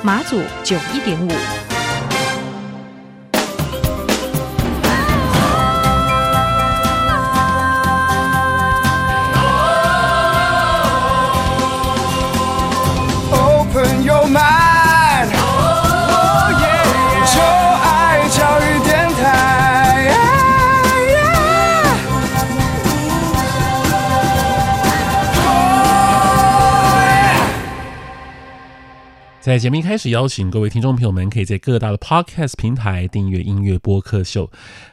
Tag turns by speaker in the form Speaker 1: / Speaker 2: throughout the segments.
Speaker 1: 马祖九一点五。
Speaker 2: Open your mind，就爱教育电台。
Speaker 3: 在节目一开始，邀请各位听众朋友们，可以在各大的 podcast 平台订阅音乐播客秀，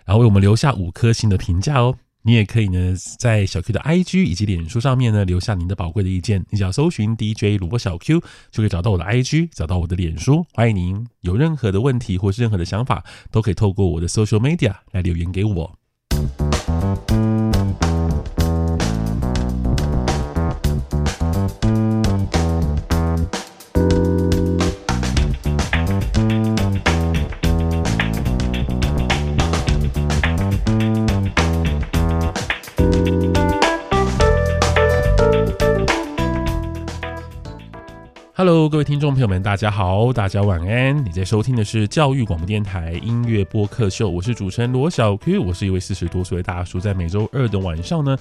Speaker 3: 然后为我们留下五颗星的评价哦。你也可以呢，在小 Q 的 IG 以及脸书上面呢，留下您的宝贵的意见。你只要搜寻 DJ 主播小 Q，就可以找到我的 IG，找到我的脸书。欢迎您有任何的问题或是任何的想法，都可以透过我的 social media 来留言给我。Hello，各位听众朋友们，大家好，大家晚安。你在收听的是教育广播电台音乐播客秀，我是主持人罗小 Q，我是一位四十多岁的大叔，在每周二的晚上呢，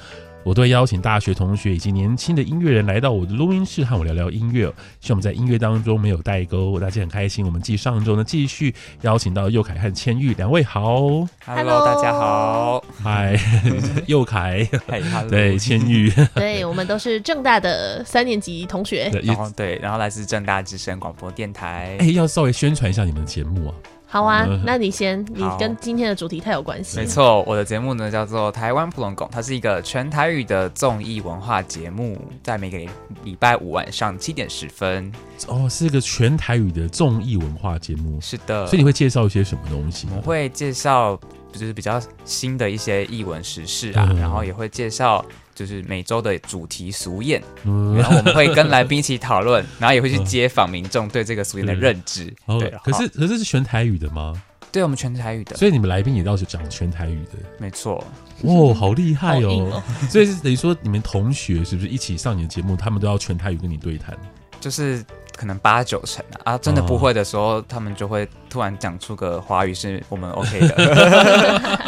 Speaker 3: 我都会邀请大学同学以及年轻的音乐人来到我的录音室和我聊聊音乐哦。希望我们在音乐当中没有代沟，大家很开心。我们继上周呢，继续邀请到佑凯和千玉两位好，
Speaker 4: Hello，大家好。
Speaker 3: 嗨，佑凯，
Speaker 4: 嘿，Hello。
Speaker 3: 对，千玉，
Speaker 5: 对我们都是正大的三年级同学。
Speaker 3: 对也
Speaker 4: 然后对，然后来自正大之声广播电台
Speaker 3: 哎、。要稍微宣传一下你们的节目啊。
Speaker 5: 好啊
Speaker 3: 嗯，
Speaker 5: 那你先，你
Speaker 4: 好
Speaker 5: 跟今天的主题太有关系
Speaker 4: 没。错，我的节目呢叫做《台湾普龙拱》，它是一个全台语的综艺文化节目，在每个礼礼拜五晚上七点十分。
Speaker 3: 哦，是一个全台语的综艺文化节目，
Speaker 4: 是的，
Speaker 3: 所以你会介绍一些什么东西
Speaker 4: 我
Speaker 3: 吗
Speaker 4: 们？会介绍就是比较新的一些译文时事啊，
Speaker 3: 嗯
Speaker 4: 然后也会介绍就是每周的主题俗谚，
Speaker 3: 嗯
Speaker 4: 然，后我们会跟来宾一起讨论，然后也会去街访民众对这个俗谚的
Speaker 3: 嗯
Speaker 4: 认知。
Speaker 3: 哦
Speaker 4: 对，然，后
Speaker 3: 可是可是是全台语的吗？
Speaker 4: 对我们全台语的，
Speaker 3: 所以你们来宾也倒是讲全台语的，
Speaker 4: 没错，
Speaker 3: 哦，好厉害
Speaker 5: 好硬
Speaker 3: 哦
Speaker 5: 哦！
Speaker 3: 所以是等于说你们同学是不是一起上你的节目，他们都要全台语跟你对谈？
Speaker 4: 就是可能八九成啊，啊真的不会的时候，他们就会突然讲出个华语是我 们 OK 的。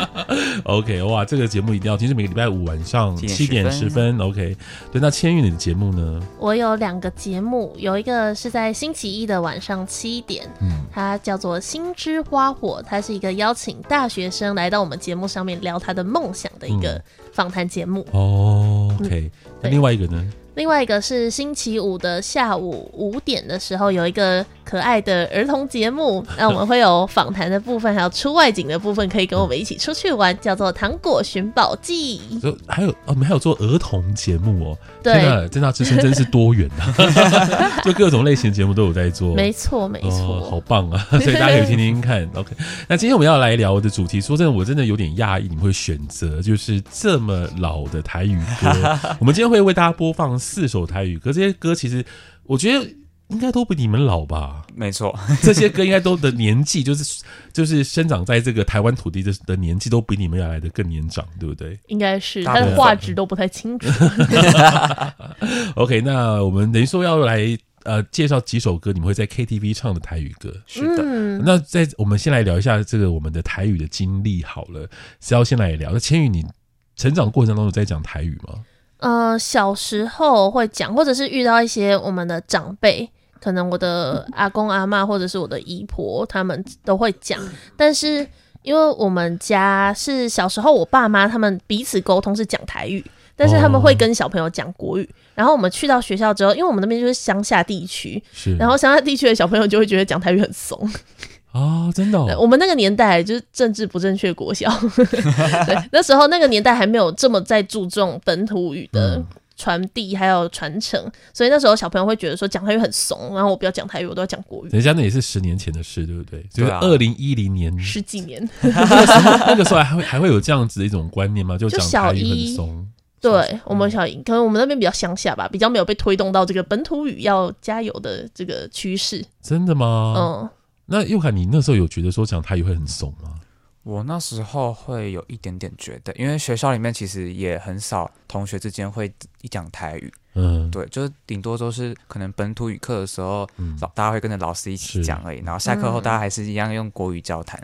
Speaker 3: OK，哇，这个节目一定要听，是每个礼拜五晚上七
Speaker 4: 7
Speaker 3: 点
Speaker 4: 点
Speaker 3: 十
Speaker 4: 10
Speaker 3: 分。OK，对，那千玉你的节目呢？
Speaker 5: 我有两个节目，有一个是在星期一的晚上七点，
Speaker 3: 嗯
Speaker 5: 它叫做《星之花火》，它是一个邀请大学生来到我们节目上面聊他的梦想的一个
Speaker 3: 嗯
Speaker 5: 访谈节目。
Speaker 3: 哦，OK，那
Speaker 5: 对
Speaker 3: 另外一个呢？
Speaker 5: 另外一个是星期五的下午五点的时候，有一个可爱的儿童节 目，那我们会有访谈的部分，还有出外景的部分，可以跟我们一起出去玩，叫做《糖果寻宝记》。
Speaker 3: 就还有哦，你们还有做儿童节目哦。天
Speaker 5: 对，
Speaker 3: 呐，正大之声真是多元 啊，就各种类型的节目都有在做。
Speaker 5: 没错，没
Speaker 3: 哦，好
Speaker 5: 错。
Speaker 3: 棒啊！ 所以大家可以听听看。OK，那今天我们要来聊的主题，说真的，我真的有点讶异，你们会选择就是这么老的台语 歌。我们今天会为大家播放四首台语歌，这些歌其实我觉得应该都比你们 老吧。
Speaker 4: 没错，
Speaker 3: 这些歌应该都的年纪，就是就是生长在这个台湾土地的的年纪，都比你们要来的更年长，对不对
Speaker 5: 应该是
Speaker 4: 大
Speaker 5: 它
Speaker 4: 部
Speaker 5: 的
Speaker 4: 分
Speaker 5: 画质都不太清楚。
Speaker 3: ？OK，那我们等于说要来呃介绍几首歌，你们会在 KTV 唱的台语歌。
Speaker 4: 是的。
Speaker 5: 嗯，
Speaker 3: 那在我们先来聊一下这个我们的台语的经历好了，是要先来聊。那千羽，你成长过程当中有在讲台语吗？
Speaker 5: 呃，小时候会讲，或者是遇到一些我们的长辈，可能我的阿公阿妈或者是我的姨婆，他们都会讲。但是因为我们家是小时候，我爸妈他们彼此沟通是讲台语，但是他们会跟小朋友讲国语。然后我们去到学校之后，因为我们那边就是乡下地区，
Speaker 3: 是，
Speaker 5: 然后乡下地区的小朋友就会觉得讲台语很怂。
Speaker 3: 啊，真的、
Speaker 5: 对
Speaker 3: 哦，
Speaker 5: 呃我们那个年代就是政治不正确 国小，对，那时候那个年代还没有这么在注重本土语的
Speaker 3: 嗯
Speaker 5: 传递还有传承，所以那时候小朋友会觉得说讲台语很怂，然后我不要讲台语，我都要讲国语。
Speaker 3: 人家那也是十年前的事，对不对？就是
Speaker 4: 对啊
Speaker 3: 二零一零年
Speaker 5: 十几年，
Speaker 3: 那个时候还会还会有这样子的一种观念吗？就
Speaker 5: 就
Speaker 3: 讲
Speaker 5: 小
Speaker 3: 台语很
Speaker 5: 一
Speaker 3: 松，
Speaker 5: 对我
Speaker 3: 嗯
Speaker 5: 们小营，可能我们那边比较乡下吧，比较没有被推动到这个本土语要加油的这个趋势。
Speaker 3: 真的吗？
Speaker 5: 嗯，
Speaker 3: 那佑凯，你那时候有觉得说讲台语会很怂吗？
Speaker 4: 我那时候会有一点点觉得，因为学校里面其实也很少同学之间会一讲台语，
Speaker 3: 嗯，
Speaker 4: 对，就是顶多都是可能本土语课的时候，
Speaker 3: 嗯
Speaker 4: 老大家会跟着老师一起
Speaker 3: 是
Speaker 4: 讲而已，然后下课后
Speaker 5: 嗯
Speaker 4: 大家还是一样用国语交谈。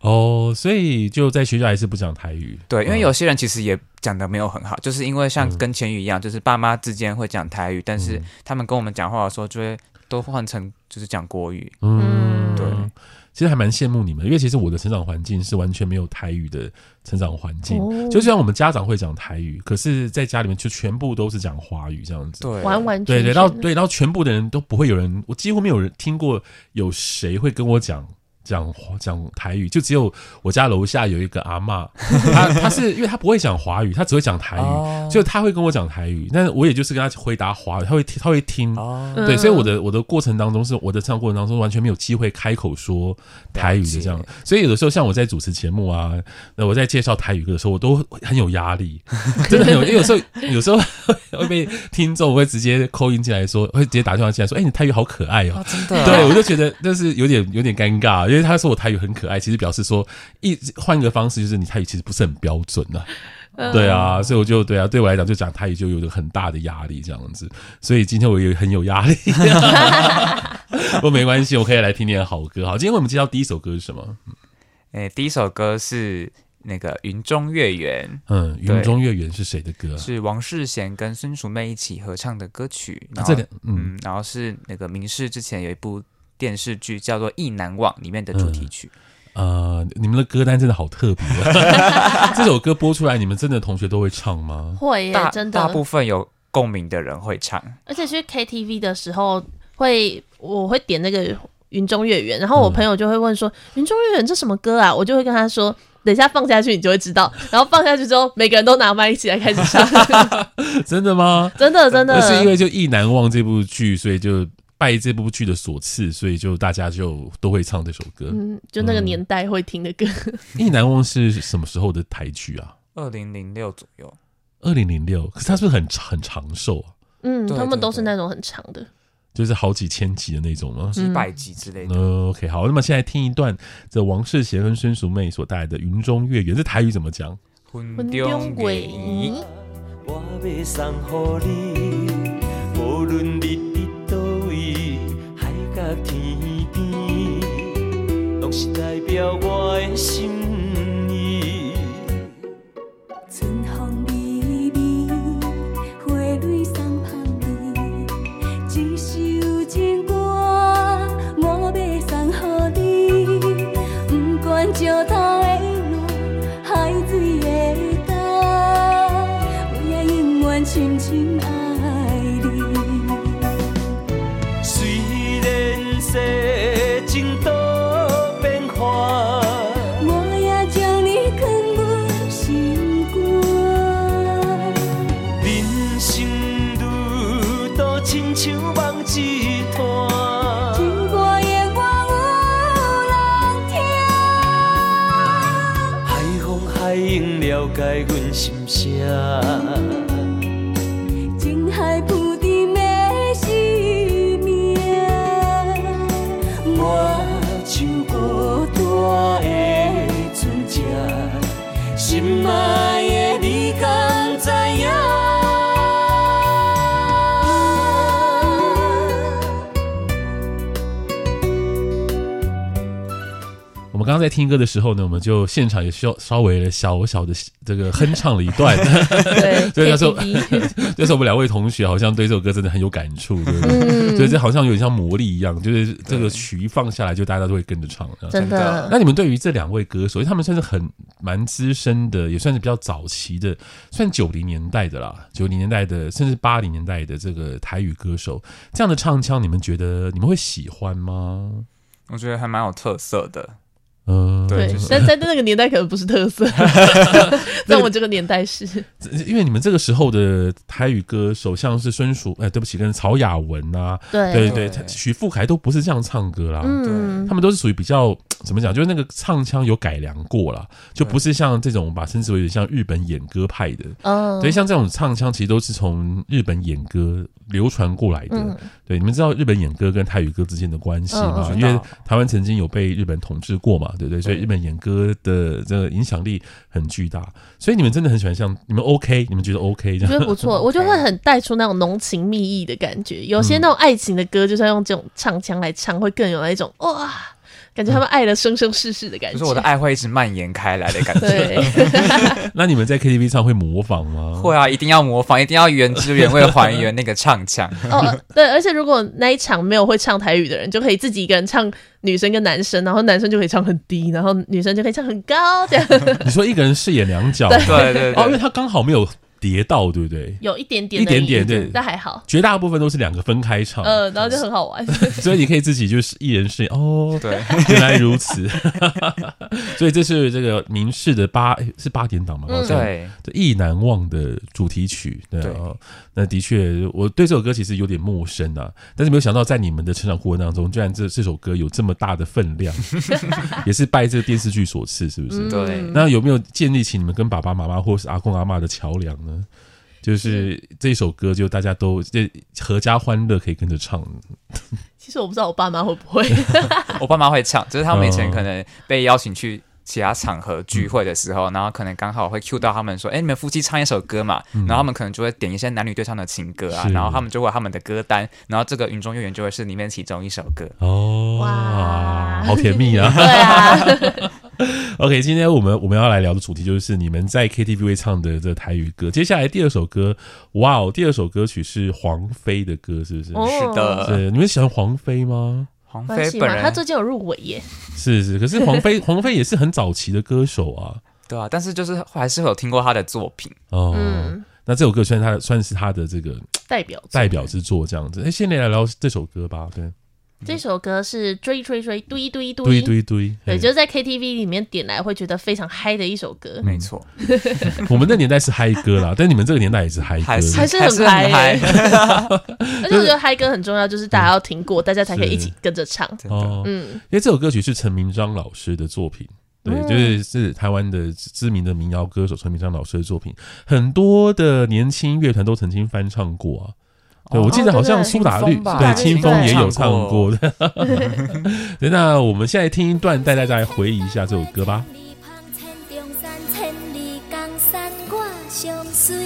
Speaker 3: 哦，所以就在学校还是不讲台语。
Speaker 4: 对，因为
Speaker 3: 嗯
Speaker 4: 有些人其实也讲的没有很好，就是因为像
Speaker 3: 嗯
Speaker 4: 跟前语一样，就是爸妈之间会讲台语，但是
Speaker 3: 嗯
Speaker 4: 他们跟我们讲话的时候就会都换成就是讲国语。
Speaker 3: 嗯，
Speaker 4: 对，
Speaker 3: 其实还蛮羡慕你们，因为其实我的成长环境是完全没有台语的成长环境，
Speaker 5: 哦
Speaker 3: 就像我们家长会讲台语，可是在家里面就全部都是讲华语这样子。
Speaker 4: 对，
Speaker 5: 嗯完完全
Speaker 3: 对
Speaker 5: 全
Speaker 3: 对，然后对，然后全部的人都不会有人，我几乎没有人听过有谁会跟我讲讲讲台语，就只有我家楼下有一个阿嬷，她她是因为她不会讲华语，她只会讲台
Speaker 4: 哦
Speaker 3: 语，就她会跟我讲台语，但是我也就是跟她回答华语，她会她会听。
Speaker 4: 哦，
Speaker 5: 嗯
Speaker 3: 对，所以我的我的过程当中是我的成长过程当中完全没有机会开口说台语的这样
Speaker 4: 了解，
Speaker 3: 所以有的时候像我在主持节目啊，那我在介绍台语歌的时候，我都很有压力，真的很有，因为 有时候有时候会被听众会直接扣音进来说，会直接打电话进来说，哎、你台语好可爱哦、
Speaker 4: 啊真 的，
Speaker 3: 对，我就觉得那是有点有点尴尬，因为他说我台语很可爱，其实表示说一换一个方式就是你台语其实不是很标准啊。对啊，所以我就对啊，对我来讲就讲台语就有着很大的压力这样子，所以今天我也很有压力。 不过没关系，我可以来听点好歌。好，今天为我们介绍第一首歌是什么？
Speaker 4: 哎，第一首歌是那个《云中月圆》。
Speaker 3: 嗯，《
Speaker 4: 对
Speaker 3: 云中月圆》是谁的歌啊？
Speaker 4: 是王世贤跟孙淑妹一起合唱的歌曲。
Speaker 3: 啊
Speaker 4: 然，后
Speaker 3: 这两嗯，
Speaker 4: 嗯，然后是那个明视之前有一部电视剧叫做《意难忘》里面的主题曲。
Speaker 3: 呃，你们的歌单真的好特别啊。 这首歌播出来，你们真的同学都会唱吗？
Speaker 5: 会耶
Speaker 4: 大，
Speaker 5: 真
Speaker 4: 大部
Speaker 5: 的，
Speaker 4: 分有共鸣的人会唱。
Speaker 5: 而且去 KTV 的时候会，我会点那个《云中月圆》，然后我
Speaker 3: 嗯
Speaker 5: 朋友就会问说《云中月圆》这什么歌啊？我就会跟他说。等一下放下去，你就会知道。然后放下去之后，每个人都拿麦一起来开始唱，
Speaker 3: 真的吗？
Speaker 5: 真的真的
Speaker 3: 那。是因为就《意难忘》这部剧，所以就拜这部剧的所赐，所以就大家就都会唱这首歌。
Speaker 5: 嗯，就那个年代会听的歌，
Speaker 3: 意难忘》是什么时候的台剧啊？
Speaker 4: 二零零六左右，
Speaker 3: 二零零六，可是它是不是很长很长寿啊？
Speaker 5: 嗯，
Speaker 4: 对
Speaker 5: 他们
Speaker 4: 对
Speaker 5: 都是
Speaker 4: 对
Speaker 5: 那种很长的。
Speaker 3: 就是好几千集的那种吗？
Speaker 4: 几百集之类的。
Speaker 3: 嗯，OK，好，那么现在听一段这王世贤跟孙淑妹所带来的《云中月圆》，这台语怎么讲？
Speaker 4: 魂中鬼影，
Speaker 6: 我要送乎你，无论你伫倒位，海角天边，拢是代表我的心意。
Speaker 7: 春风微微，花蕊送香你，一首情歌我要送予你。不管石头的路，海水的干，我也永远深深爱你。
Speaker 6: 虽然世情多变化，
Speaker 7: 我也将你放阮心肝。
Speaker 6: 人生旅途亲像梦一
Speaker 7: 情
Speaker 6: 摊。
Speaker 7: 歌的我有人听。
Speaker 6: 海风海涌了解阮心声，
Speaker 7: 情海浮沉的生命，
Speaker 6: 我
Speaker 7: 我
Speaker 6: 像孤单的船只，心爱的你敢知影？
Speaker 3: 我们刚刚在听歌的时候呢，我们就现场也稍稍微的小小的这个哼唱了一段，
Speaker 5: 嗯对
Speaker 3: 所以 那时候
Speaker 5: KTV
Speaker 3: 这是我们两位同学好像对这首歌真的很有感触，对不对？
Speaker 5: 嗯
Speaker 3: 所以这好像有点像魔力一样，就是这个曲一放下来，就大家都会跟着唱。这样
Speaker 5: 真的
Speaker 3: 那你们对于这两位歌手，因为他们算是很蛮资深的，也算是比较早期的，算九零年代的啦，九零年代的，甚至八零年代的这个台语歌手，这样的唱腔，你们觉得你们会喜欢吗？
Speaker 4: 我觉得还蛮有特色的。
Speaker 3: 嗯，
Speaker 4: 对
Speaker 5: 对
Speaker 4: 就是，
Speaker 5: 但在那个年代可能不是特色，在我这个年代是。
Speaker 3: 因为你们这个时候的台语歌手像是孙淑，哎，对不起，跟曹雅文啊，对对，
Speaker 4: 对
Speaker 3: 徐富凯都不是这样唱歌啦，
Speaker 5: 嗯
Speaker 3: 他，们都是属于比较怎么讲，就是那个唱腔有改良过啦，就不是像这种把称之为有点像日本演歌派的。
Speaker 5: 嗯，
Speaker 3: 所以像这种唱腔，其实都是从日本演歌流传过来的。
Speaker 5: 嗯
Speaker 3: 对，你们知道日本演歌跟泰语歌之间的关系吗？
Speaker 4: 嗯嗯
Speaker 3: 因为
Speaker 4: 知道
Speaker 3: 台湾曾经有被日本统治过嘛，对不对？所以日本演歌的这个影响力很巨大。所以你们真的很喜欢像你们 OK，你们觉得 OK 这
Speaker 5: 我觉
Speaker 3: 样？
Speaker 5: 得不错，我就会很带出那种浓情蜜意的感觉。有些那种爱情的歌，就是要用这种唱腔来唱，会更有那种哇，感觉他们爱的生生世世的感
Speaker 4: 就
Speaker 5: 觉。
Speaker 4: 是我的爱会一直蔓延开来的感觉。
Speaker 5: 对，
Speaker 3: 那你们在 KTV 唱会模仿吗？
Speaker 4: 会啊，一定要模仿，一定要原汁原味还原那个唱腔。
Speaker 5: 哦，对，而且如果那一场没有会唱台语的人，就可以自己一个人唱女生跟男生，然后男生就可以唱很低，然后女生就可以唱很高，这样
Speaker 3: 你说一个人饰演两角，
Speaker 4: 对对
Speaker 3: 哦，因为
Speaker 4: 对，
Speaker 3: 他刚好没有叠到，对不对？
Speaker 5: 有一点点
Speaker 3: 一点点
Speaker 5: 而已
Speaker 3: 对哦
Speaker 5: 但还好。
Speaker 3: 绝大部分都是两个分开唱，
Speaker 5: 呃，然后就很好玩，
Speaker 3: 所以你可以自己就是一人饰演哦，
Speaker 4: 对，
Speaker 3: 原来如此， 所以这是这个明视的八诶是八点档嘛？
Speaker 5: 嗯
Speaker 3: 好像
Speaker 4: 对，
Speaker 3: 这《意难忘》的主题曲，对
Speaker 4: 对
Speaker 3: 啊、哦那的确，我对这首歌其实有点陌生啊，但是没有想到在你们的成长过程当中，居然这这首歌有这么大的分 量，也是拜这个电视剧所赐，是不是？
Speaker 4: 对
Speaker 5: 嗯
Speaker 3: 那有没有建立起你们跟爸爸妈妈或是阿公阿嬷的桥梁呢？就是这首歌，就大家都这合家欢乐可以跟着唱，
Speaker 5: 其实我不知道我爸妈会不会，
Speaker 4: 我爸妈会唱，就是他们以前
Speaker 3: 哦
Speaker 4: 可能被邀请去其他场合聚会的时候，
Speaker 5: 嗯
Speaker 4: 然后可能刚好会 cue 到他们说：“哎、你们夫妻唱一首歌嘛。然后他们可能就会点一些男女对唱的情歌啊
Speaker 3: 嗯是，
Speaker 4: 然后他们就会有他们的歌单，然后这个《云中月圆》就会是里面其中一首歌。
Speaker 3: 哦，
Speaker 5: 哇
Speaker 3: 好甜蜜啊
Speaker 5: 对啊，
Speaker 3: ！OK，今天我们我们要来聊的主题就是你们在 KTV 会唱的这台语歌。接下来第二首歌，哇哦，第二首歌曲是黄飞的歌，是不是？
Speaker 5: 哦
Speaker 4: 是的，
Speaker 3: 对，你们喜欢黄飞吗？
Speaker 4: 黄
Speaker 5: 关
Speaker 4: 飞
Speaker 5: 系
Speaker 4: 本
Speaker 5: 嘛，他
Speaker 4: 人
Speaker 5: 最近有入围耶，
Speaker 3: 是是，可是黄 飞黄飞也是很早期的歌手啊。
Speaker 4: 对啊，但是就是还是会有听过他的作品。
Speaker 3: 哦，
Speaker 5: 嗯，
Speaker 3: 那这首歌算他算是他的这个
Speaker 5: 代表作
Speaker 3: 代表之作这样子。哎，先来聊这首歌吧。对，
Speaker 5: 这首歌是追追追堆堆堆
Speaker 3: 堆堆堆，
Speaker 5: 对，
Speaker 3: 嘿
Speaker 5: 就是在 KTV 里面点来会觉得非常嗨的一首歌，
Speaker 4: 没错，
Speaker 3: 我们那年代是嗨 歌啦，但你们这个年代也是嗨歌。
Speaker 4: 还是
Speaker 5: 还是很
Speaker 4: 还是很
Speaker 5: 嗨
Speaker 4: 嗨。
Speaker 3: 嗯
Speaker 5: 而且我觉得嗨歌很重要，就是大家要听过，大家才可以一起跟着唱。
Speaker 4: 真的
Speaker 3: 哦，
Speaker 5: 嗯，
Speaker 3: 因为这首歌曲是陈明章老师的作品，对，
Speaker 5: 嗯
Speaker 3: 就是是台湾的知名的民谣歌手陈明章老师的作品，很多的年轻乐团都曾经翻唱过啊。对，
Speaker 4: 哦
Speaker 3: 我记得
Speaker 5: 哦
Speaker 3: 好像
Speaker 5: 对对
Speaker 3: 苏打绿
Speaker 4: 清风吧
Speaker 3: 对
Speaker 5: 清
Speaker 3: 清风
Speaker 5: 风
Speaker 3: 也有
Speaker 4: 唱
Speaker 3: 唱过
Speaker 4: 过
Speaker 3: 的。对，那我们现在听一段，带大家来回忆一下这首歌吧。
Speaker 8: 你芳千重山，千里江山我相随。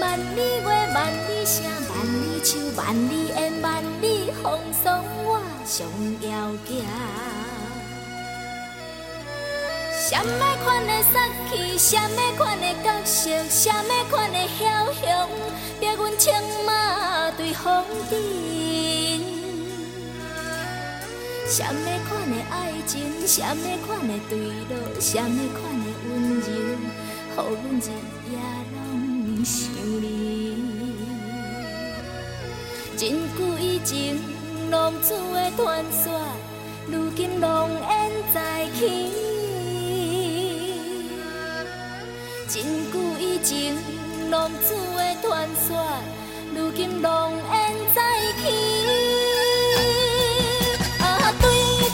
Speaker 8: 万里月，万里声，万里树，万里烟，万里风霜我上遥行。什么款的杀气，什么款的角色，什么款的枭雄，逼阮枪马对风尘。什么款的爱情，什么款的对路，什么款的温柔，予阮日夜拢想你。真久以前，浪子的传说，如今浪烟再起。真久以前，浪子的传说，如今浪烟再起。啊，对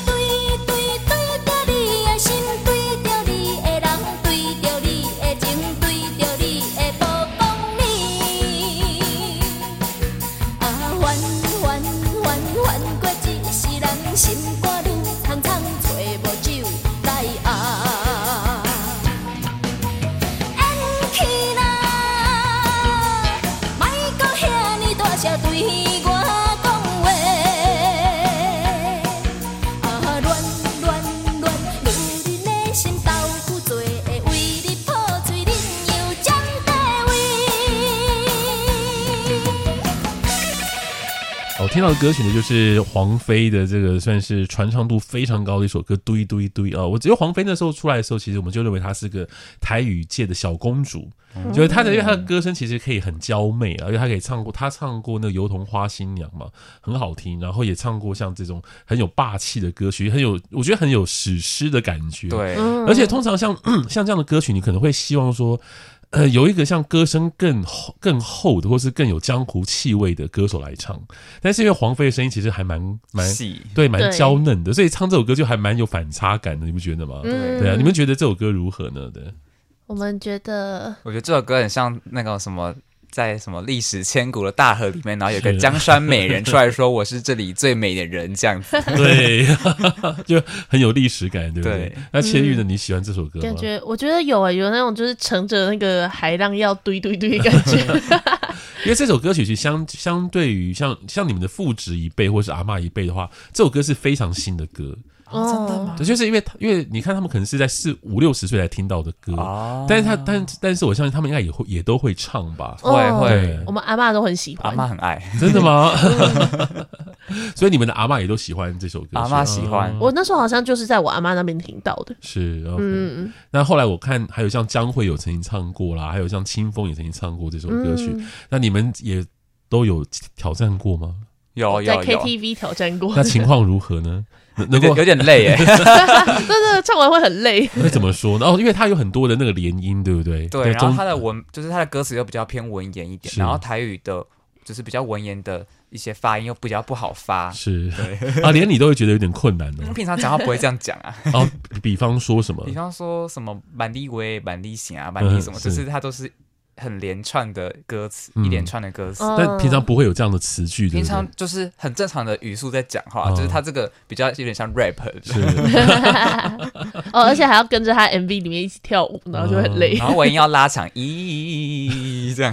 Speaker 8: 对对对着你的心，对着你的人，对着你的情，对着你的无讲理。啊，烦烦烦烦过一世人，心肝愈通通找无酒来啊。烟起啦，莫讲遐尼大声对我讲
Speaker 3: 哦听到的歌曲呢，就是黄飞的这个算是传唱度非常高的一首歌《堆堆堆》啊。我只有黄飞那时候出来的时候，其实我们就认为她是个台语界的小公主，就是她的，因为她的歌声其实可以很娇媚啊，因为她可以唱过，她唱过那个《油桐花新娘》嘛，很好听，然后也唱过像这种很有霸气的歌曲，很有我觉得很有史诗的感觉。
Speaker 4: 对，
Speaker 5: 嗯
Speaker 3: 而且通常像 像这样的歌曲，你可能会希望说，呃，有一个像歌声更厚、更厚的，或是更有江湖气味的歌手来唱。但是因为黄飞的声音其实还蛮蛮
Speaker 4: 戏
Speaker 3: 对蛮
Speaker 5: 对
Speaker 3: 娇嫩的，所以唱这首歌就还蛮有反差感的，你不觉得吗？
Speaker 5: 嗯
Speaker 3: 对啊，你们觉得这首歌如何 呢？对，
Speaker 5: 我们觉得
Speaker 4: 我觉得这首歌很像那个什么，在什么历史千古的大河里面，然后有个
Speaker 3: 是
Speaker 4: 江山美人出来说我是这里最美的人这样 子。
Speaker 3: 对， 就很有历史感，对不对
Speaker 4: 对？
Speaker 3: 那千玉呢？你喜欢这首歌
Speaker 5: 嗯感
Speaker 3: 吗？
Speaker 5: 觉，我觉得有啊、有那种就是乘着那个海浪要堆堆堆的感 觉。
Speaker 3: 因为这首歌曲其实相相对于像像你们的父职一辈或是阿嬷一辈的话，这首歌是非常新的歌。
Speaker 5: 哦，
Speaker 3: 对，就是因为他，因为你看他们可能是在四五六十岁才听到的歌，
Speaker 4: 哦
Speaker 3: 但是他但但是我相信他们应该也会也都会唱吧。
Speaker 5: 哦
Speaker 4: 会会
Speaker 3: 对，
Speaker 5: 我们阿嬷都很喜
Speaker 4: 阿
Speaker 5: 欢。
Speaker 4: 妈很爱，
Speaker 3: 真的吗？ 所以你们的阿嬷也都喜欢这首歌，
Speaker 4: 阿
Speaker 3: 是吗
Speaker 4: 嬷喜欢
Speaker 3: 嗯
Speaker 5: 我那时候好像就是在我阿妈那边听到的。
Speaker 3: 是 OK。
Speaker 5: 嗯，
Speaker 3: 那后来我看还有像张惠有曾经唱过啦，还有像清风也曾经唱过这首
Speaker 5: 嗯
Speaker 3: 歌曲，那你们也都有挑战过吗？
Speaker 4: 有
Speaker 5: 在
Speaker 4: 有有，
Speaker 5: KTV 挑战过
Speaker 3: 那，情况如何 呢？能能
Speaker 4: 有
Speaker 3: 够
Speaker 4: 点有点累耶。
Speaker 5: 真的唱完会很累。
Speaker 3: 会怎么说呢？哦，因为它有很多的那个连音，对不对？
Speaker 4: 对，然后
Speaker 3: 中
Speaker 4: 他的文就是他的歌词又比较偏文言一点，
Speaker 3: 是
Speaker 4: 然后台语的就是比较文言的一些发音又比较不好发。
Speaker 3: 是 啊，连你都会觉得有点困难
Speaker 4: 因
Speaker 3: 哦
Speaker 4: 为。平常讲话不会这样讲啊，
Speaker 3: 哦，比比方说什么
Speaker 4: 比？方说什么满地威、满地行啊、满地什么，
Speaker 3: 嗯
Speaker 4: 就是是它都是很连串的歌词，
Speaker 3: 嗯
Speaker 4: 一连串的歌词。
Speaker 3: 但平常不会有这样的词句，对
Speaker 4: 平
Speaker 3: 不对
Speaker 4: 常？就是很正常的语速在讲话，
Speaker 3: 嗯
Speaker 4: 就是他这个比较有点像 rap，
Speaker 3: 是
Speaker 5: 哦，
Speaker 3: 嗯
Speaker 5: 而且还要跟着他 MV 里面一起跳舞，然后就会很
Speaker 3: 哦
Speaker 5: 累。
Speaker 4: 然后尾音要拉长，咦，这样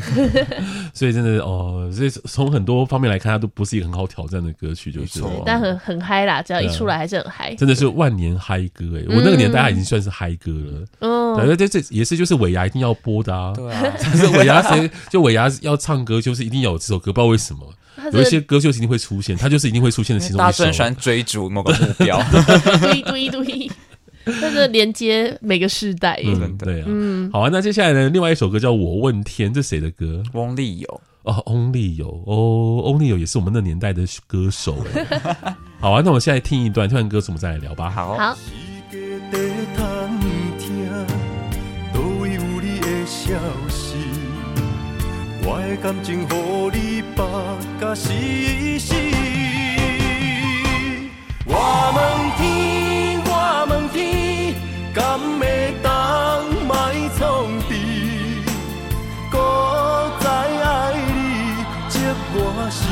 Speaker 3: 所以真的哦，所以从很多方面来看，它都不是一个很好挑战的歌曲，就是
Speaker 4: 没错
Speaker 3: 了
Speaker 5: 但很很嗨啦，只要一
Speaker 3: 对啊
Speaker 5: 出来还是很嗨。
Speaker 3: 真的是万年嗨歌哎！
Speaker 4: 嗯
Speaker 3: 我那个年代它已经算是嗨歌了，
Speaker 5: 嗯，
Speaker 3: 对，这这也是就是尾牙一定要播的啊。
Speaker 4: 对啊，
Speaker 3: 就是尾牙谁就尾牙要唱歌，就是一定要有这首歌，不知道为什么
Speaker 5: 他
Speaker 3: 有一
Speaker 5: 这
Speaker 3: 些歌就是一定会出现，它就是一定会出现的其中
Speaker 4: 嗯大
Speaker 3: 一
Speaker 4: 家都很喜
Speaker 3: 首。嗯
Speaker 4: 欢追逐某个目 标，
Speaker 5: 个堆堆堆，那个连接每个世代耶。
Speaker 3: 嗯，
Speaker 4: 真的
Speaker 3: 对啊，好啊，那接下来呢，另外一首歌叫《我问天》，这谁的歌？
Speaker 4: 翁立友。
Speaker 3: 哦，Only 有哦，Only 有也是我们那年代的歌手哎。 好啊，那我们现在听一段，听完歌词我们再来聊吧。
Speaker 4: 好，
Speaker 5: 好，
Speaker 6: 世界地通听，倒位有你的消息？我的感情，乎你放甲死死。我问天，我问天，敢会当卖创治？古早爱你，这我是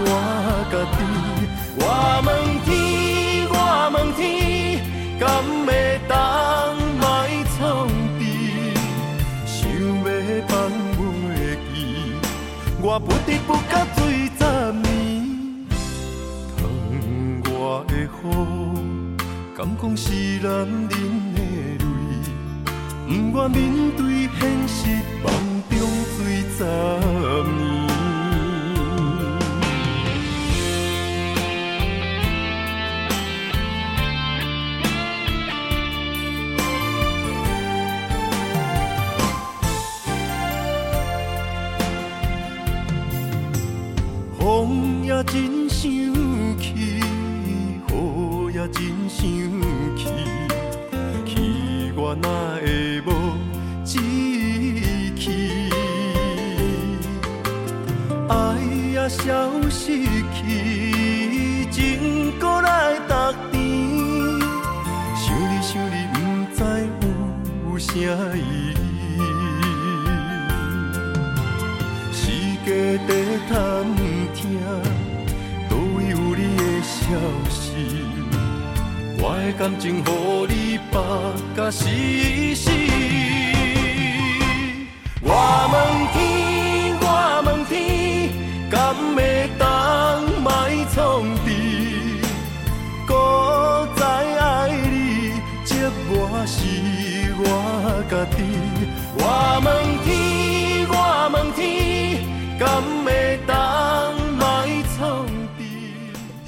Speaker 6: 我家己。我问天，我问天，敢会当卖创治？想要放袂记，我不知不觉醉十年。烫我的雨，敢讲是男人的泪。不愿面对现实，梦中醉十年。风也真想去，雨也真想去，去我哪会无志气？爱也哎消失去，情搁来逐甜。想你想你，不知有啥意义。世界在探听，倒位有你的消息？我的感情，乎你放甲死死。我问天，我问天，敢会当卖创治？古早爱你，这我是我家己。我问天，我问天，敢会当卖创治？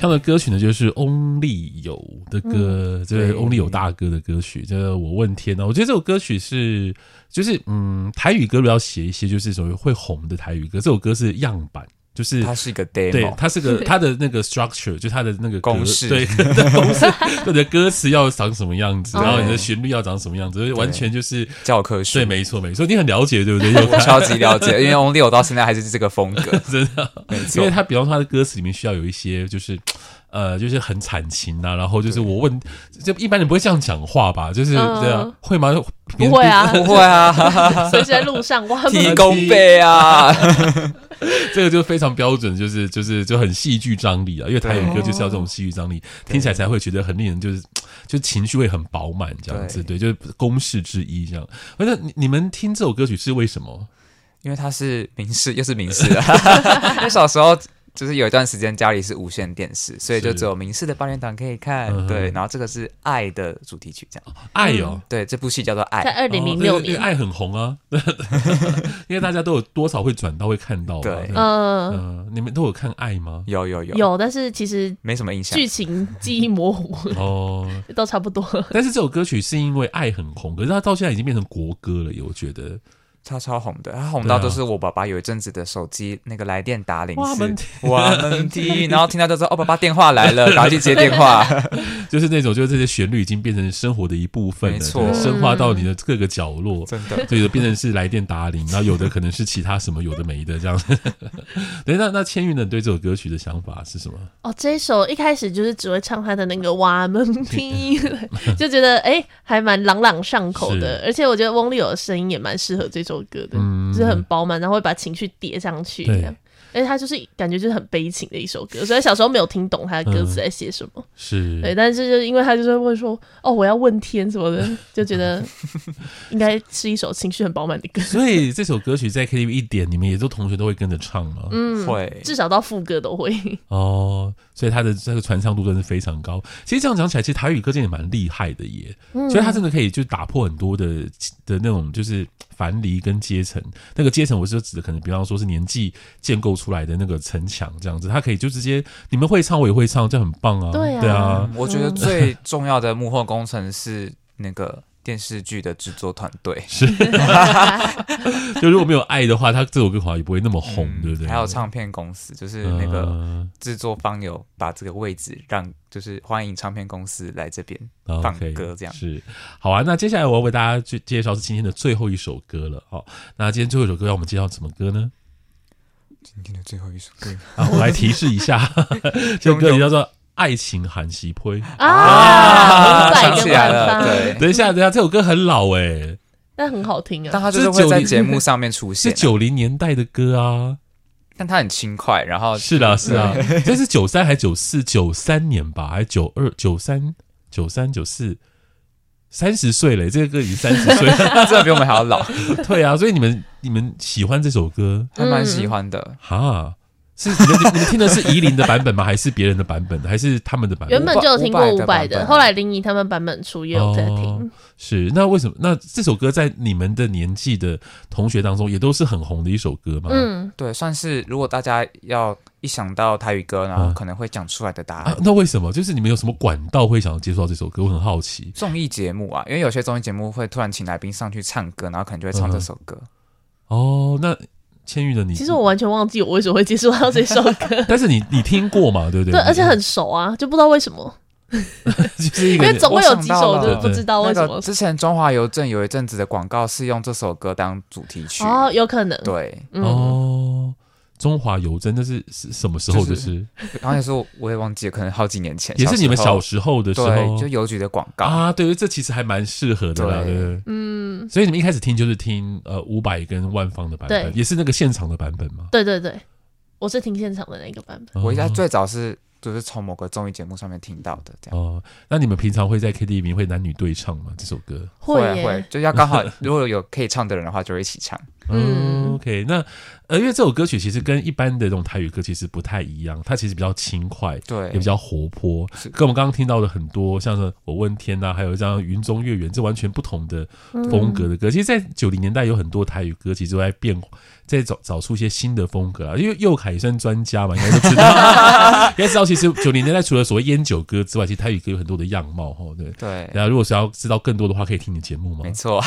Speaker 3: 唱的歌曲呢，就是翁立友的歌，这个
Speaker 4: 对
Speaker 3: 翁立友大哥的歌曲，这个我问天啊呐，我觉得这首歌曲是，就是嗯，台语歌如果要写一些就是所谓会红的台语歌，这首歌是样板，就是
Speaker 4: 它是一个
Speaker 3: 对
Speaker 4: demo，，
Speaker 3: 它是个它的那个 structure，就它的那个歌
Speaker 4: 公式
Speaker 3: 对 公式，你的歌词要长什么样 子，
Speaker 5: 哦
Speaker 3: 然后你的旋律要长什么样子，就是完全就是
Speaker 4: 教科书
Speaker 3: 对，，没错没错，你很了解对不对？有，
Speaker 4: 我超级了解，因为 Only 我到现在还是这个风格
Speaker 3: 真的，
Speaker 4: 没错
Speaker 3: 因为他比方说他的歌词里面需要有一些就是。呃，就是很惨情啊呐、然后就是我问，就一般人不会这样讲话吧？就是
Speaker 5: 嗯
Speaker 3: 这样，会吗？
Speaker 5: 不会啊，
Speaker 4: 不会 啊，
Speaker 5: 所以在路上挖
Speaker 4: 提
Speaker 5: 门，
Speaker 4: 供费啊，
Speaker 3: 这个就非常标准，就是就是就很戏剧张力啊，因为台语歌就是要这种戏剧张力，听起来才会觉得很令人就是就情绪会很饱满这样子，对，就是公式之一这样。反正你你们听这首歌曲是为什么？
Speaker 4: 因为它是明示， 又是明示啊。 因为小时候就是有一段时间家里是无线电视，所以就是只有明视的八点档可以看。
Speaker 3: 嗯哼
Speaker 4: 对，然后这个是《爱》的主题曲，这样。
Speaker 3: 爱
Speaker 5: 嗯
Speaker 3: 哦，
Speaker 4: 对，这部戏叫做《爱
Speaker 5: 在》。二零零
Speaker 3: 哦
Speaker 5: 六
Speaker 3: 对对
Speaker 5: 年，
Speaker 3: 爱很红啊， 因为大家都有多少会转到会看到嘛。
Speaker 4: 对
Speaker 5: 嗯，
Speaker 3: 嗯，你们都有看爱吗？
Speaker 4: 有有有，
Speaker 5: 有，但是其实
Speaker 4: 没什么印象。
Speaker 5: 剧情记忆模糊，
Speaker 3: 哦，
Speaker 5: 都差不多。
Speaker 3: 但是这首歌曲是因为爱很红，可是它到现在已经变成国歌了耶，我觉得。
Speaker 4: 他超红的，他红到
Speaker 3: 对啊
Speaker 4: 都是我爸爸有一阵子的手机那个来电打铃
Speaker 3: 哇门
Speaker 4: 是 哇门踢，然后听到就说哦爸爸电话来了，赶快去接电 话。
Speaker 3: 就是那种，就是这些旋律已经变成生活的一部分了，
Speaker 4: 没错
Speaker 3: 深化到你的各个角
Speaker 5: 嗯
Speaker 3: 落，
Speaker 4: 真的，
Speaker 3: 所以就变成是来电打铃，然后有的可能是其他什么，有的没的这样 子。对，那那千玉呢，对这首歌曲的想法是什么？
Speaker 5: 哦，这一首一开始就是只会唱他的那个瓦门听，就觉得哎、还蛮朗朗上口的，
Speaker 3: 是
Speaker 5: 而且我觉得翁立友的声音也蛮适合这首歌的，
Speaker 3: 嗯
Speaker 5: 就是很饱满，然后会把情绪叠上去
Speaker 3: 对
Speaker 5: 这样。而且他就是感觉就是很悲情的一首歌，虽然小时候没有听懂他的歌词在写什么，
Speaker 4: 嗯
Speaker 3: 是
Speaker 5: 对，但是就是因为他就是会说哦我要问天什么的，就觉 得应该是一首情绪很饱满的歌，
Speaker 3: 所以这首歌曲在 KTV 一点，你们也都同学都会跟着唱吗？
Speaker 5: 嗯，
Speaker 4: 会
Speaker 5: 至少到副歌都会，
Speaker 3: 哦，所以它的这个传唱度真的是非常高。其实这样讲起来，其实台语歌界也蛮厉害的耶，
Speaker 5: 嗯
Speaker 3: 所以它真的可以就打破很多的的那种就是樊篱跟阶层。那个阶层，我是指的可能比方说是年纪建构出来的那个城墙这样子，它可以就直接你们会唱，我也会唱，这很棒啊。
Speaker 5: 对啊
Speaker 3: 啊，
Speaker 4: 我觉得最重要的幕后工程是那个电视剧的制作团队，
Speaker 3: 就如果没有爱的话，它这首歌好像也不会那么红，
Speaker 4: 嗯
Speaker 3: 对不对？
Speaker 4: 还有唱片公司，就是那个
Speaker 3: 嗯
Speaker 4: 制作方有把这个位置让，就是欢迎唱片公司来这边放
Speaker 3: OK，
Speaker 4: 歌这样。
Speaker 3: 是好啊。那接下来我要为大家去介绍是今天的最后一首歌了哦。那今天最后一首歌要我们介绍什么歌呢？
Speaker 4: 今天的最后一首歌，
Speaker 3: 啊，我来提示一下，这首歌名叫做《爱情韩席坡》。
Speaker 5: 啊，五百
Speaker 4: 啊想
Speaker 5: 个
Speaker 4: 起来
Speaker 5: 万发，
Speaker 4: 了，对。
Speaker 3: 等 一下，等一下，这首歌很老哎、
Speaker 5: 但很好听啊
Speaker 4: 但。他就是
Speaker 3: 这
Speaker 4: 会
Speaker 3: 是
Speaker 4: 在
Speaker 3: 90
Speaker 4: 节目上面出
Speaker 3: 是
Speaker 4: 现，啊
Speaker 3: 九零年代的歌啊。
Speaker 4: 但他很轻快，然后嗯
Speaker 3: 是啦，是 啦，这是九三还九四九三年吧，还九二九三九三九四。三十岁了，这个歌已经三十岁了。
Speaker 4: 真的比我们还要老，
Speaker 5: 嗯
Speaker 3: 对啊，所以你们你们喜欢这首歌
Speaker 4: 还蛮喜欢的。
Speaker 3: 哈？是 你们你们听的是夷陵的版本吗？还是别人的版本？还是他们的版本？
Speaker 5: 原本就有听过伍
Speaker 4: 伍佰的
Speaker 5: 佰
Speaker 4: 版
Speaker 5: 的，
Speaker 4: 本
Speaker 5: 后来林怡他们版本出也有在听
Speaker 3: 哦。是，那为什么？那这首歌在你们的年纪的同学当中，也都是很红的一首歌吗？，
Speaker 5: 嗯，
Speaker 4: 对，算是如果大家要一想到台语歌，然后
Speaker 3: 嗯
Speaker 4: 可能会讲出来的答
Speaker 3: 啊
Speaker 4: 案，。
Speaker 3: 那为什么？就是你们有什么管道会想要接触到这首歌？我很好奇。
Speaker 4: 综艺节目啊，因为有些综艺节目会突然请来宾上去唱歌，然后可能就会
Speaker 3: 嗯
Speaker 4: 唱这首歌。
Speaker 3: 哦，那千玉的你，，
Speaker 5: 其实我，完全忘记我为什么会接触到这首歌
Speaker 3: 但是你你听过嘛？对不对？
Speaker 5: 对，而且很熟啊，就不知道为什么，
Speaker 3: 就是一
Speaker 5: 因
Speaker 3: 个
Speaker 5: 为总会有几首
Speaker 4: 我想到
Speaker 5: 就是
Speaker 4: 了
Speaker 5: 不知道为
Speaker 4: 那
Speaker 5: 什么
Speaker 4: 个。之前中华邮政有一阵子的广告是用这首歌当主题曲，
Speaker 5: 哦，有可能。
Speaker 4: 对，
Speaker 5: 嗯，
Speaker 3: 哦，中华邮政那是是什么时候？
Speaker 4: 就
Speaker 3: 就是是
Speaker 4: 然后那时候我也忘记了，可能好几年前，
Speaker 3: 也是你们
Speaker 4: 小
Speaker 3: 小
Speaker 4: 时
Speaker 3: 时候的时
Speaker 4: 候
Speaker 3: 候
Speaker 4: 对，就邮局的广告，
Speaker 3: 啊，对，这其实还蛮适合的啦，
Speaker 4: 对
Speaker 3: 对不对？嗯，所以你们一开始听就是听呃伍佰跟万芳的版本，
Speaker 5: 对
Speaker 3: 也是那个现场的版本吗？
Speaker 5: 对对对，我是听现场的那个版本。
Speaker 4: 我应该
Speaker 3: 哦
Speaker 4: 最早是就是从某个综艺节目上面听到的，这样。
Speaker 3: 哦，那你们平常会在 KTV 会男女对唱吗？这首歌？
Speaker 5: 会
Speaker 4: 会
Speaker 5: 耶，
Speaker 4: 就要刚好如果有可以唱的人的话，就会一起唱。
Speaker 3: 嗯
Speaker 5: 嗯
Speaker 3: ，OK，那呃，因为这首歌曲其实跟一般的这种台语歌其实不太一样，它其实比较轻快，
Speaker 4: 对
Speaker 3: 也比较活泼，跟我们刚刚听到的很多像是我问天呐、还有这样《云中月圆》这完全不同的风格的歌。其实，在九零年代有很多台语歌，其实都在变，在找找出一些新的风格啊。因为佑凯也算专家嘛，应该都知 道， 应该知道，其实九零年代除了所谓烟酒歌之外，其实台语歌有很多的样貌哦，对。
Speaker 4: 对，
Speaker 3: 然后，如果是要知道更多的话，可以听你节目吗
Speaker 4: 没？错。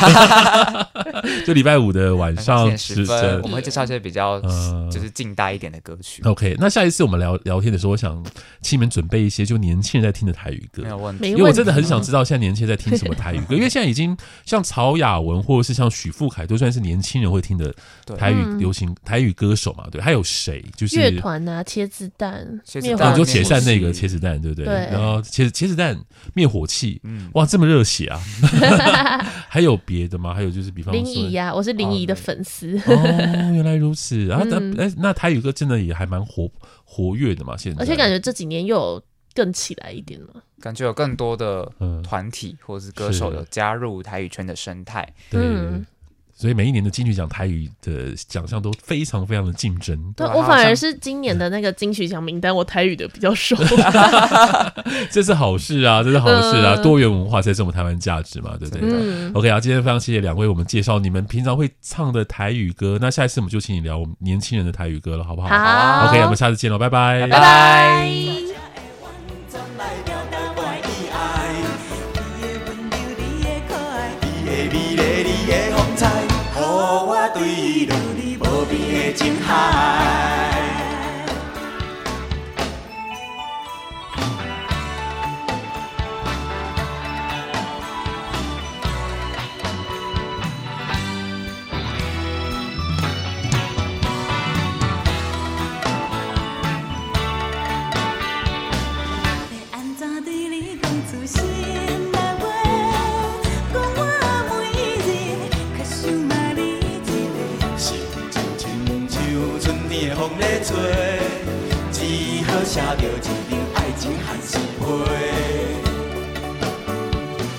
Speaker 3: 就礼拜五的晚上
Speaker 4: 点十分， 我们会介绍一些比较
Speaker 3: 嗯
Speaker 4: 就是近代一点的歌曲，
Speaker 3: OK，那下一次我们聊聊天的时候，我想请你们准备一些就年轻人在听的台语歌
Speaker 4: 没，有问题。
Speaker 5: 没
Speaker 3: 因
Speaker 5: 问题。
Speaker 3: 为我真的很想知道现在年轻人在听什么台语 歌，因为现在已经像曹雅文或者是像许富凯都算是年轻人会听的
Speaker 4: 对
Speaker 3: 台语
Speaker 5: 嗯
Speaker 3: 流行台语歌手嘛，对，还有谁就是
Speaker 5: 乐团呐，茄子蛋、
Speaker 4: 茄子
Speaker 5: 灭
Speaker 3: 啊，
Speaker 5: 火
Speaker 4: 蛋
Speaker 3: 你说
Speaker 5: 器，
Speaker 3: 铁扇那个
Speaker 4: 灭火器
Speaker 3: 茄子蛋，对不对？
Speaker 5: 对
Speaker 3: 然后茄子茄子蛋灭火器，
Speaker 4: 嗯
Speaker 3: 哇，这么热血 啊！还有别的吗？还有就是比方
Speaker 5: 林
Speaker 3: 说
Speaker 5: 怡。啊呀，我是林怡的
Speaker 4: 哦对
Speaker 5: 粉丝。
Speaker 3: 哦，原来如此。然后那
Speaker 5: 嗯
Speaker 3: 那那台语歌真的也还蛮活活跃的嘛，现在
Speaker 5: 而且感觉这几年又有更起来一点嘛。
Speaker 4: 感觉有更多的
Speaker 3: 嗯
Speaker 4: 团体或者是歌手
Speaker 3: 是
Speaker 4: 有加入台语圈的生态，
Speaker 3: 对
Speaker 5: 嗯，
Speaker 3: 所以每一年的金曲奖台语的奖项都非常非常的竞争，
Speaker 5: 对
Speaker 4: 对啊
Speaker 5: 我
Speaker 4: 好
Speaker 5: 反而
Speaker 4: 像
Speaker 5: 是今年的那个金曲奖名单，我台语的比较 熟。
Speaker 3: 这是好事啊，这是好事啊，
Speaker 5: 嗯
Speaker 3: 多元文化才是我们台湾价值嘛，对不对
Speaker 4: 真的
Speaker 5: 嗯，
Speaker 3: ？OK 啊，今天非常谢谢两位，我们介绍你们平常会唱的台语歌，那下一次我们就请你聊我们年轻人的台语歌了，好不好
Speaker 5: 好
Speaker 3: ？OK，我们下次见喽，拜拜。
Speaker 4: 拜拜。
Speaker 9: 你的美丽，你的风采，予我对伊有你无边的情海。
Speaker 7: 要安怎对你讲出心内话？讲我每日较想嘛你一个。
Speaker 9: 心情亲像春天的风在吹，只好写着一场爱情还是花。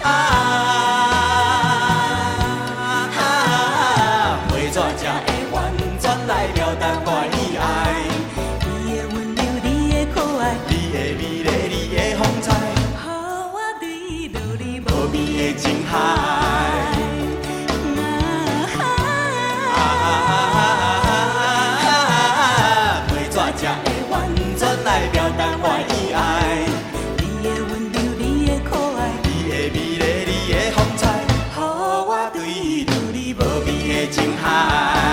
Speaker 9: 啊啊啊！陪纸才会完全来表达我的爱，
Speaker 7: 你的温柔，你的可爱，
Speaker 9: 你的美丽，你的风采，
Speaker 7: 予我对你落入
Speaker 9: 无
Speaker 7: 无
Speaker 9: 边
Speaker 7: 边
Speaker 9: 的
Speaker 7: 的
Speaker 9: 情
Speaker 7: 情
Speaker 9: 海
Speaker 7: 海。。
Speaker 9: 啊啊啊啊啊啊！陪纸才会完全来表达我的爱。
Speaker 7: 你的温柔，你的可爱，
Speaker 9: 你的美丽，你的啊风采，予我对你无边的情海。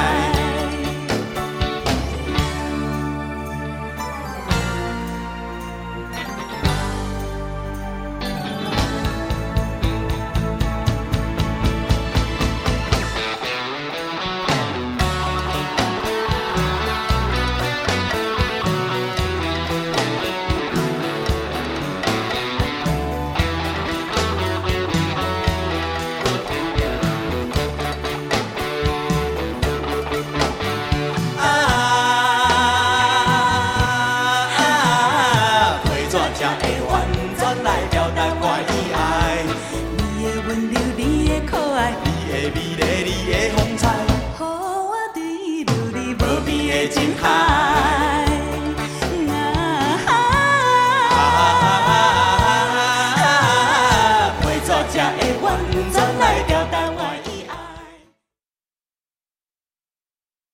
Speaker 9: 啊啊！陪怎才会完全来表达我的爱？
Speaker 7: 你的温柔，你的可爱，
Speaker 9: 你的美丽，你的风采，
Speaker 7: 予我对你落入
Speaker 9: 无
Speaker 7: 无边
Speaker 9: 边
Speaker 7: 的
Speaker 9: 的
Speaker 7: 情
Speaker 9: 情
Speaker 7: 海。
Speaker 9: 海。